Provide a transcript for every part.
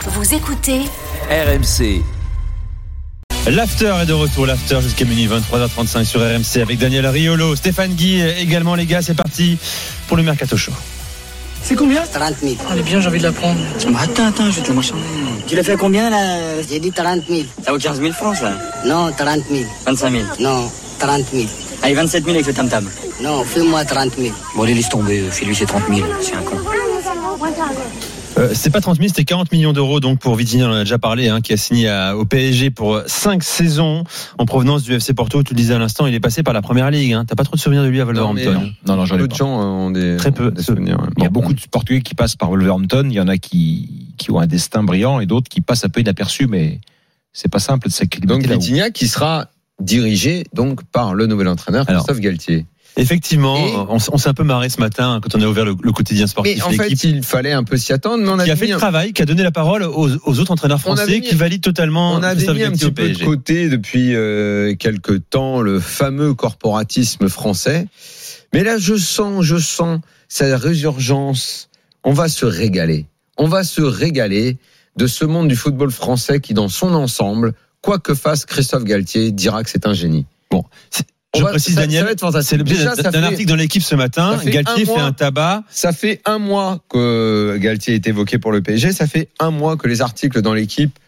Vous écoutez RMC. L'after est de retour, l'after jusqu'à minuit 23h35 sur RMC avec Daniel Riolo, Stéphane Guy également les gars, c'est parti pour le Mercato Show. C'est combien 30 000. Allez Oh, bien, j'ai envie de la prendre. Bah, Attends, attends, je vais te la marchander. Tu l'as fait à combien là J'ai dit 30 000. Ça vaut 15 000 francs ça Non, 30 000. 25 000. Non, 30 000. Allez, 27 000 avec le tam-tam. Non, fais-moi 30 000. Bon, allez, laisse tomber, euh, fais-lui ses 30 000, c'est un con. Euh, c'est pas 30 000, c'était 40 millions d'euros donc pour Vitinha, on en a déjà parlé, hein, qui a signé à- au PSG pour 5 saisons en provenance du FC Porto. Tu le disais à l'instant, il est passé par la première ligue. Hein. T'as pas trop de souvenirs de lui à Wolverhampton Non, mais non, non, j'en ai Peu de pas. gens euh, ont des, Très peu. ont des souvenirs. ouais. Il y a Bon. beaucoup de Portugais qui passent par Wolverhampton. Il y en a qui, qui ont un destin brillant et d'autres qui passent un peu inaperçus, mais c'est pas simple de s'acclimater. Donc là où- Vitinha qui sera dirigé donc par le nouvel entraîneur Alors. Christophe Galtier. Effectivement, Et- on, s- on s'est un peu marré ce matin hein, quand on a ouvert le, le quotidien sportif. Mais en fait, l'équipe il fallait un peu s'y attendre. Mais on qui a avait fait mis le un- travail, qui a donné la parole aux, aux autres entraîneurs On avait français mis- qui valident totalement On avait Christophe mis un Galtier petit au peu de PSG. côté depuis euh, quelque temps le fameux corporatisme français. Mais là, je sens, je sens sa résurgence. On va se régaler. On va se régaler de ce monde du football français qui, dans son ensemble, quoi que fasse Christophe Galtier, dira que c'est un génie. Bon, On Je va- précise, ça- ça Daniel, va être fantastique. c'est l'objet Déjà, d'un ça d'un fait- article dans l'équipe ce matin. ça fait Galtier un fait mois- un tabac. Ça fait un mois que Galtier est évoqué pour le PSG. Ça fait un mois que les articles dans l'équipe,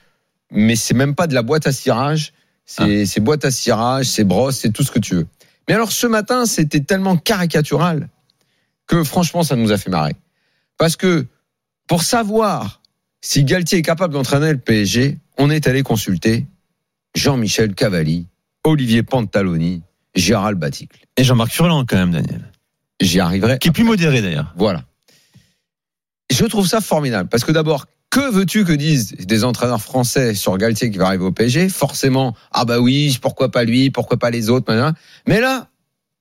mais c'est même pas de la boîte à cirage. C'est Ah. c'est boîte à cirage, c'est brosse, c'est tout ce que tu veux. Mais alors ce matin, c'était tellement caricatural que franchement, ça nous a fait marrer. Parce que pour savoir si Galtier est capable d'entraîner le PSG, on est allé consulter Jean-Michel Cavalli, Olivier Pantaloni, Gérald Baticle. Et Jean-Marc Furlan, quand même, Daniel. J'y arriverai Qui est plus modéré, d'ailleurs. Voilà. Je trouve ça formidable parce que d'abord, que veux-tu que disent des entraîneurs français sur Galtier qui va arriver au PSG Forcément, ah bah oui, pourquoi pas lui, pourquoi pas les autres, machin. Mais là,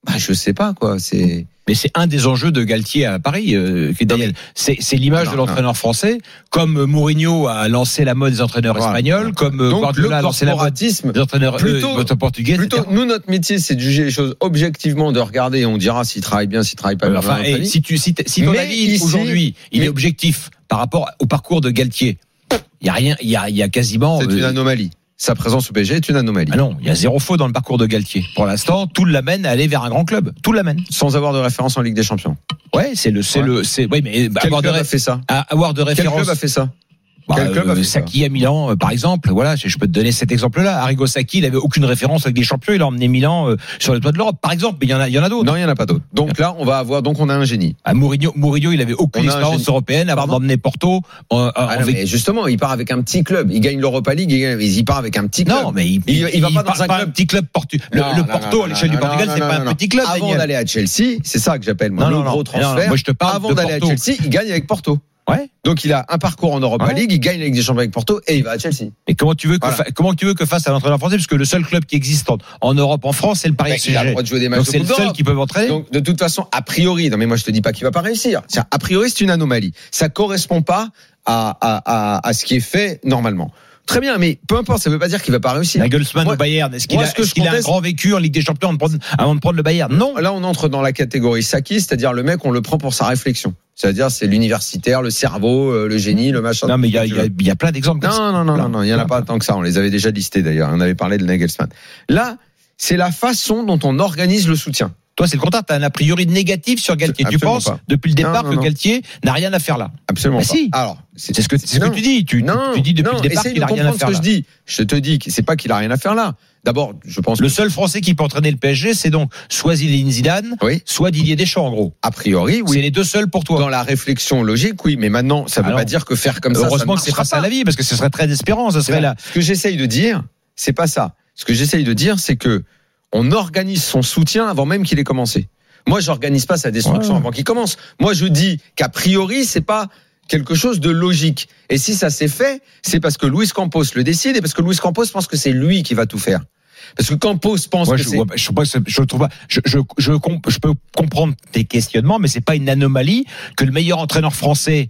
bah je sais pas quoi. C'est Mais c'est un des enjeux de Galtier à Paris, euh, que Daniel. C'est c'est l'image Non, de l'entraîneur français, comme Mourinho a lancé la mode des entraîneurs Voilà. espagnols, comme euh, donc le Guardiola a lancé la mode corporatisme. des entraîneurs Plutôt- euh, portugais. Plutôt, etc. nous notre métier, c'est de juger les choses objectivement, de regarder et on dira s'il travaille bien, s'il travaille pas bien. Euh, Enfin, dans notre hey, famille. si tu si, t- si ton Mais avis ici- aujourd'hui, il mais- est objectif par rapport au parcours de Galtier. Il y a rien, il y a, il y a quasiment. c'est euh, une anomalie. Sa présence au PSG est une anomalie. Ah non, il y a zéro faux dans le parcours de Galtier. Pour l'instant, tout l'amène à aller vers un grand club. Tout l'amène. Sans avoir de référence en Ligue des Champions. Ouais, c'est le, c'est Ouais. le, c'est. Oui, mais bah, Quel avoir de, club a ré- fait ça à- avoir de Quel référence. club a fait ça Bah, Quel club a euh, fait ça Saki à Milan, euh, par exemple. Voilà, je, je peux te donner cet exemple-là. Arrigo Saki, il avait aucune référence avec des champions. Il a emmené Milan euh, sur le toit de l'Europe, par exemple. Mais il y en a, il y en a d'autres. Non, il n'y en a pas d'autres. Donc là, on va avoir, donc on a un génie. À Mourinho, Mourinho, il avait aucune On a un expérience génie. européenne. Avant Pardon d'emmener Porto, euh, en- en- Ah en- non, mais justement, il part avec un petit club. Il gagne l'Europa League, il, gagne- il part avec un petit club. Non, mais il, Il- il va pas dans part un club- petit club portugais. Le, Non, le non, Porto, non, à l'échelle non, du non, Portugal, non, c'est non, pas non, un non. petit club. Avant Daniel. d'aller à Chelsea, c'est ça que j'appelle moi Non, le non, gros non. transfert. Non, moi, je te parle Avant de d'aller à Porto. Chelsea, il gagne avec Porto. Ouais. Donc il a un parcours en Europa Ouais. League, il gagne avec des champions avec Porto et il va à Chelsea. Et comment tu veux que Voilà. fa- comment tu veux que fasse un entraîneur français puisque le seul club qui existe en, en Europe en France c'est le Paris Ben, il a le Saint-Germain. droit de jouer des matchs Donc de c'est le Coupe seul d'Europe. qui peut entraîner. Donc de toute façon, a priori, non mais moi je te dis pas qu'il va pas réussir. C'est- A priori, c'est une anomalie. Ça correspond pas à, à, à, à ce qui est fait normalement. Très bien, mais peu importe, ça veut pas dire qu'il va pas réussir. Nagelsmann Moi- au Bayern, est-ce qu'il moi, a, ce que est-ce je qu'il a un conteste- grand vécu en Ligue des Champions avant de prendre, avant de prendre le Bayern Non. là, on entre dans la catégorie Saki, c'est-à-dire le mec, on le prend pour sa réflexion. C'est-à-dire, c'est l'universitaire, le cerveau, euh, le génie, le machin. Non mais il y a, il y a- il y a plein d'exemples. comme ça. Non, non, non, non, non, il n'y en a pas tant que ça. On les avait déjà listés d'ailleurs. On avait parlé de Nagelsmann. Là, c'est la façon dont on organise le soutien. Toi c'est le contraire, t'as un a priori négatif sur Galtier. Tu Absolument penses pas. depuis le Non, départ non, que non. Galtier n'a rien à faire là. Absolument Mais pas. Ah, si. Alors, C'est ce que c'est ce que non. tu dis. Tu, tu- non, tu dis depuis non, le départ essaye qu'il de n'a rien à comprendre ce faire. que Là. je dis. Je te dis que c'est pas qu'il a rien à faire là. D'abord, je pense Le que, seul Français qui peut entraîner le PSG c'est donc soit Zinedine Zidane, oui, soit Didier Deschamps en gros. a priori, C'est oui. les deux seuls pour toi. Dans la réflexion logique, oui. Mais maintenant, ça ne veut Alors, pas dire que faire comme ça, ça. Heureusement ne que c'est marchera pas ça la vie, parce que ce serait très espérant, ce serait vrai. la. Ce que j'essaye de dire, c'est pas ça. Ce que j'essaye de dire, c'est que on organise son soutien avant même qu'il ait commencé. Moi, j'organise pas sa destruction Ouais. avant qu'il commence. Moi, je dis qu'a priori, c'est pas quelque chose de logique. Et si ça s'est fait, c'est parce que Luis Campos le décide et parce que Luis Campos pense que c'est lui qui va tout faire. Parce que Campos pense Moi, que je, c'est vois pas- je, trouve pas que c'est- je trouve pas. Je, je, je, comp- je peux comprendre tes questionnements, mais c'est pas une anomalie que le meilleur entraîneur français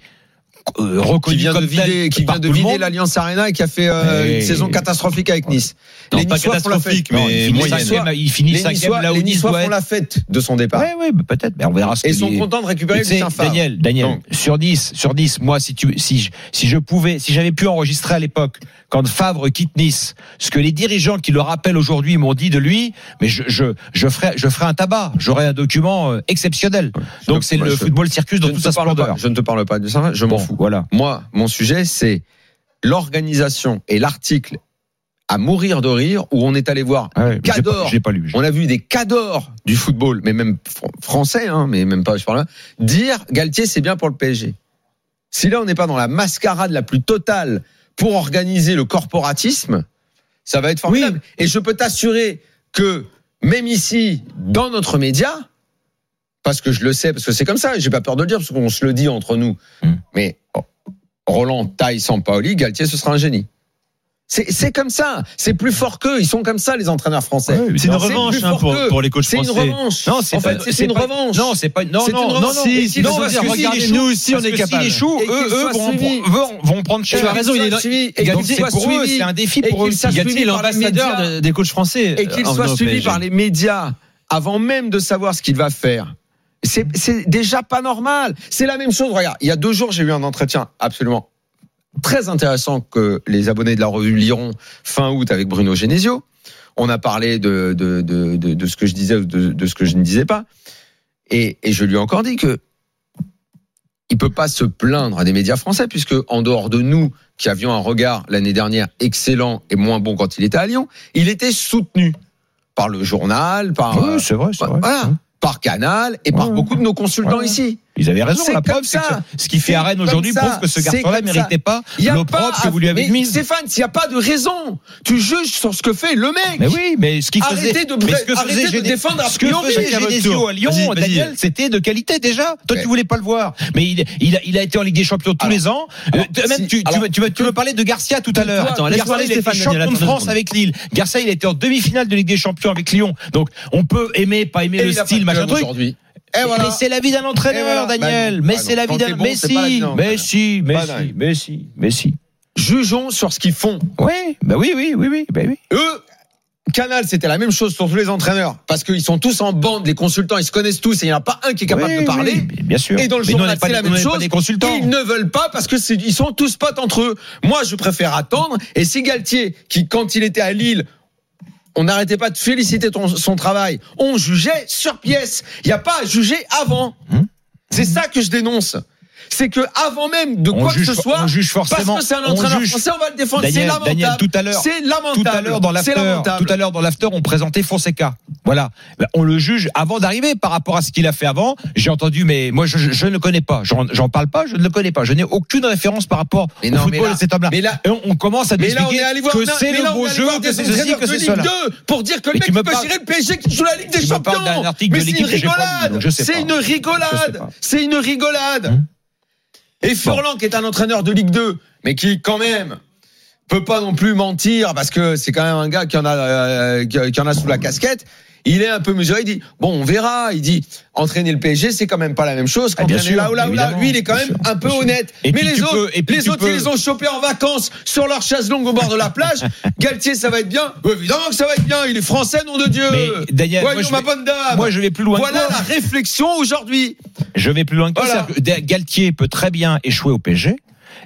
euh, qui reconnu vient de comme tel vider, qui par vient de tout le vider monde. l'Alliance Arena et qui a fait euh, Mais- une saison catastrophique avec Nice. Non, les pas Niçois font la fête. catastrophique, mais Il finit moyenne. cinquième, il finit Les cinquième Niçois, là où les Nice Niçois doit font être. la fête de son départ. Ouais, ouais, bah, peut-être, mais on verra ce Et qu'il sont est- contents de récupérer Tu sais, le Saint-Favre. Daniel, Daniel, Donc. sur 10, sur 10, moi, si tu, si je, si je pouvais, si j'avais pu enregistrer à l'époque, quand Favre quitte Nice, ce que les dirigeants qui le rappellent aujourd'hui m'ont dit de lui, mais je, je, je ferais, je ferais un tabac. J'aurais un document euh, exceptionnel. je Donc te- c'est moi, le je- football circus Je dans ne, toute te sa parle pas, splendeur. je ne te parle pas de Saint-Favre, je m'en Bon, fous. Voilà. Moi, mon sujet, c'est l'organisation et l'article à mourir de rire où on est allé voir Ah Ouais, j'ai Cador. pas- Je l'ai pas lu. On a vu des cadors du football, mais même fr- français, hein, mais même pas, je parle là, dire Galtier, c'est bien pour le PSG. Si là, on n'est pas dans la mascarade la plus totale pour organiser le corporatisme, ça va être formidable. Et je peux t'assurer que, même ici, dans notre média, parce que je le sais, parce que c'est comme ça, et j'ai pas peur de le dire, parce qu'on se le dit entre nous, Mm. mais oh, Roland taille sans Paoli, Galtier, ce sera un génie. C'est c'est comme ça, c'est plus fort qu'eux, ils sont comme ça, les entraîneurs français. Ouais, C'est une C'est revanche plus hein, fort pour, qu'eux. pour les coachs C'est une français. revanche. Non, c'est en pas- fait, c'est une pas- revanche. Non, c'est pas. Non, C'est une non, non, revanche. non. Si, Si, si, non, parce parce que que s'il si est les chaud, choux, si on parce est que s'il capable. est chaud, Et eux, qu'ils eux soient vont en suivis. vont prendre Tu cher. as raison, il est suivi. Et qu'il donc, c'est soit pour eux, suivi- c'est un défi et pour eux. qu'il soit aussi. suivi Galtier est par les l'ambassadeur médias. de- des coachs français. euh, Et qu'il en soit venant au suivi PSG. par les médias avant même de savoir ce qu'il va faire. C'est- C'est déjà pas normal. C'est la même chose. Regarde, il y a deux jours, j'ai eu un entretien absolument très intéressant que les abonnés de la revue liront fin août avec Bruno Genesio. On a parlé de, de, de, de, de ce que je disais ou de, de ce que je ne disais pas. Et, et je lui ai encore dit que il peut pas se plaindre à des médias français puisque en dehors de nous qui avions un regard l'année dernière excellent et moins bon quand il était à Lyon, il était soutenu par le journal, par Ouais, euh, c'est vrai, c'est vrai. voilà, par Canal et par Ouais. beaucoup de nos consultants Ouais. ici. Ils avaient raison. C'est La comme preuve, c'est que ça. ce qui C'est fait à Rennes comme aujourd'hui ça. prouve que ce C'est garçon-là comme ne ça. méritait pas Il y a l'opprobre pas que à- vous lui avez Mais mise. Stéphane, s'il n'y a pas de raison, tu juges sur ce que fait le mec. Mais oui, mais ce qu'il faisait, Arrêtez de- mais ce que arrêtez faisait de Géné- défendre a ce que priori. faisait Chacun votre Genesio tour. à Lyon, Vas-y, vas-y. Daniel, c'était de qualité déjà. Toi, Ouais. tu voulais pas le voir, mais il, il, a, il a été en Ligue des Champions tous Alors, les ans. alors, Euh, même si- tu, tu alors, me- tu, me- tu me parlais de Garcia tout à l'heure. Attends, laisse Garcia, parler il a été Stéphane, Daniel, champion de attends deux France secondes. avec Lille. Garcia, il était en demi-finale de Ligue des Champions avec Lyon. Donc, on peut aimer, pas aimer Et le il a pas de style, machin club truc. aujourd'hui. Et voilà. Mais c'est la vie d'un Et entraîneur, voilà. Bah Daniel. non, mais bah c'est non. la vie Quand d'un. t'es bon, mais, c'est pas la vie si, d'un mais entraîneur. si, mais Pas si, dingue. mais si, mais si. Jugeons sur ce qu'ils font. Oui, bah oui, oui, oui, oui, bah oui. Eux, Canal, c'était la même chose sur tous les entraîneurs. Parce qu'ils sont tous en bande, les consultants, ils se connaissent tous et il n'y en a pas un qui est capable Oui, de parler. oui, bien sûr. Et dans le Mais nous, on journal, n'est c'est pas des- la on même n'est pas chose. des consultants. Ils ne veulent pas parce que c'est- ils sont tous potes entre eux. Moi, je préfère attendre. Et si Galtier, qui quand il était à Lille, on n'arrêtait pas de féliciter ton- son travail, on jugeait sur pièce. Il n'y a pas à juger avant. Hum. C'est ça que je dénonce. C'est que avant même de On quoi juge que ce for- soit, on juge parce forcément. que c'est un On entraîneur juge. français, on va le défendre. C'est Daniel, lamentable. Daniel, tout à l'heure. C'est Tout lamentable. à l'heure dans C'est l'after, lamentable. tout à l'heure dans l'after, on présentait Fonseca. Voilà, Ben, on le juge avant d'arriver par rapport à ce qu'il a fait avant. J'ai entendu, mais moi je, je- je ne le connais pas, j'en j'en parle pas, je ne le connais pas, je n'ai aucune référence par rapport Mais au non, mais football là- de cet homme-là. mais là- Et on, on commence à nous Mais là, on expliquer est allé voir, que mais là, c'est mais le là, on beau est allé jeu, voir que des c'est ceci, entraîneurs que de c'est Ligue cela. 2 pour dire que le Mais mec tu me il peut parles- gérer le PSG qui joue la Ligue des Tu me parles Champions. d'un article de mais c'est l'équipe une que j'ai pas lu, rigolade. donc je sais pas. C'est une Je sais rigolade. pas. C'est une rigolade. Hum. Et Furlan, qui est un entraîneur de Ligue 2, mais qui quand même peut pas non plus mentir parce que c'est quand même un gars qui en a euh, qui qui en a sous la casquette. Il est un peu mesuré. Il dit bon, on verra. Il dit entraîner le PSG, c'est quand même pas la même chose. Ah, bien qu'entraîner sûr, là ou là ou là. évidemment, Lui, il est quand bien même sûr, un peu bien sûr. honnête. Et mais puis les tu autres, peux- et puis les tu autres, ils peux- les ont chopés en vacances sur leur chaise longue au bord de la plage. Galtier, ça va être bien. Oui, évidemment que ça va être bien. Il est français, nom de Dieu. Mais, Daniel, Voyons moi, je ma vais- bonne dame. Moi je vais plus loin. que voilà toi. la réflexion aujourd'hui. Je vais plus loin que Voilà. ça. C'est-à-dire que Galtier peut très bien échouer au PSG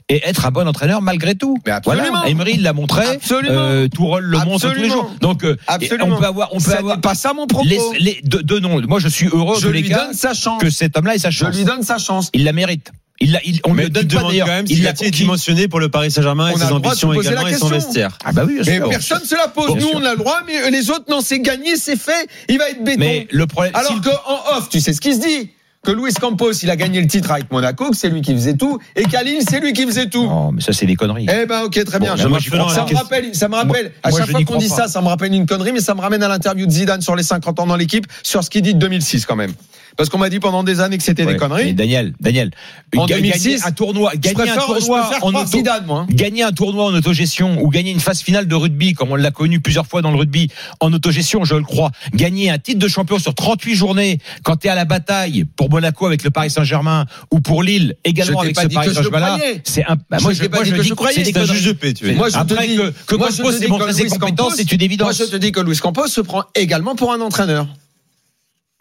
et être un bon entraîneur malgré tout. Mais absolument. Voilà. Emery l'a montré. Absolument. Euh, Tourol le montre tous les Absolument. jours. Donc euh, Absolument. on peut avoir, on peut Ça avoir n'est pas ça mon propos. les, les- deux, deux noms. Moi, je suis heureux je tous les lui cas donne sa chance. que cet homme-là ait sa Je chance. lui donne sa chance. Il la mérite. Il la, il, on ne Mais le tu te donne pas demandes d'ailleurs. quand même Il si l'a Galtier est conquis. dimensionné pour le Paris Saint-Germain et On a ses le droit de se ambitions poser la également et son question. vestiaire. Ah bah oui, bien Mais sûr. personne se la pose. Bon, Nous, bien on a le droit, mais euh, les autres, non, c'est gagné, c'est fait. Il va être béton. Mais le problème. Alors s'il- qu'en off, tu sais ce qui se dit que Luis Campos, il a gagné le titre avec Monaco, que c'est lui qui faisait tout, et qu'à Lille, c'est lui qui faisait tout. Non, Oh, mais ça c'est des conneries. Eh ben, ok, très Bon, bien. mais Je moi, marche j'y crois pas. ça, pas. me rappelle, ça me rappelle. à moi, chaque je fois n'y qu'on dit crois pas. ça, ça me rappelle une connerie, mais ça me ramène à l'interview de Zidane sur les 50 ans dans l'équipe, sur ce qu'il dit de 2006 quand même. Parce qu'on m'a dit pendant des années que c'était des Ouais. Mais conneries. Daniel, Daniel, En ga- 2006, gagner un tournoi, Je gagner un préfère, je tournoi préfère en croire auto, Zidane, moi. hein. gagner un tournoi en autogestion ou gagner une phase finale de rugby, comme on l'a connu plusieurs fois dans le rugby, en autogestion, je le crois. Gagner un titre de champion sur 38 journées quand t'es à la bataille pour Monaco avec le Paris Saint-Germain ou pour Lille également Je t'ai avec pas ce dit que Paris je le Saint-Germain. croyais. C'est un, bah, Je moi, t'ai je, pas moi, dit je que dis je que croyais, c'est des c'est un conneries. juge de paix, tu veux dire. Moi, je te Après dis- que, que moi, je Campos te s'est dis que montré ses Luis compétences, Campos- c'est une Moi, évidence. je te dis que Luis Campos se prend également pour un entraîneur.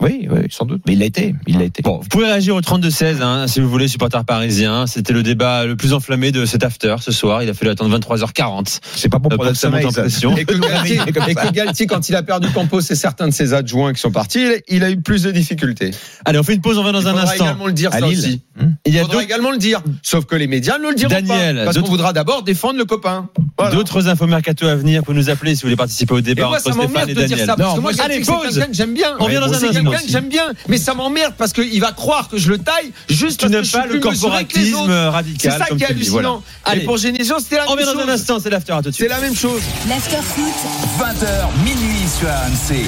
Oui, oui, sans doute. Mais il l'a été. Il l'a été. Bon, vous pouvez réagir au 32-16 hein, si vous voulez, supporter parisien. C'était le débat le plus enflammé de cet after ce soir. Il a fallu attendre 23h40. c'est pas bon euh, pour Euh, pour notre que ça monte sommeil. en ça. pression. Et que Galtier, et que Galtier, quand il a perdu Campos et certains de ses adjoints qui sont partis, il- il a eu plus de difficultés. Allez, on fait une pause, on va dans Il un faudra instant. Hmm. également le dire À ça Lille. aussi. Il y Il a faudra d'autres- également le dire. Sauf que les médias ne le diront Daniel, pas. Parce qu'on d'autres- voudra d'abord défendre le copain. Voilà. d'autres infos mercato à venir. Vous nous appeler si vous voulez participer au Et débat moi, entre ça Stéphane m'emmerde et de dire Daniel. ça. Parce que Non, moi, moi, Galtier, allez, c'est pause. quelqu'un que j'aime bien. On revient dans C'est un instant quelqu'un aussi. que j'aime bien. Mais ça m'emmerde parce qu'il va croire que je le taille juste Tu parce que n'aimes je suis pas le plus mesuré que les corporatisme autres. C'est radical. ça comme qui est tu le dis, voilà. hallucinant. Allez. Et pour Genesio, c'était la On revient dans un même chose. instant, c'est l'after, à tout de suite. C'est la même chose. L'after foot. 20h minuit sur AMC.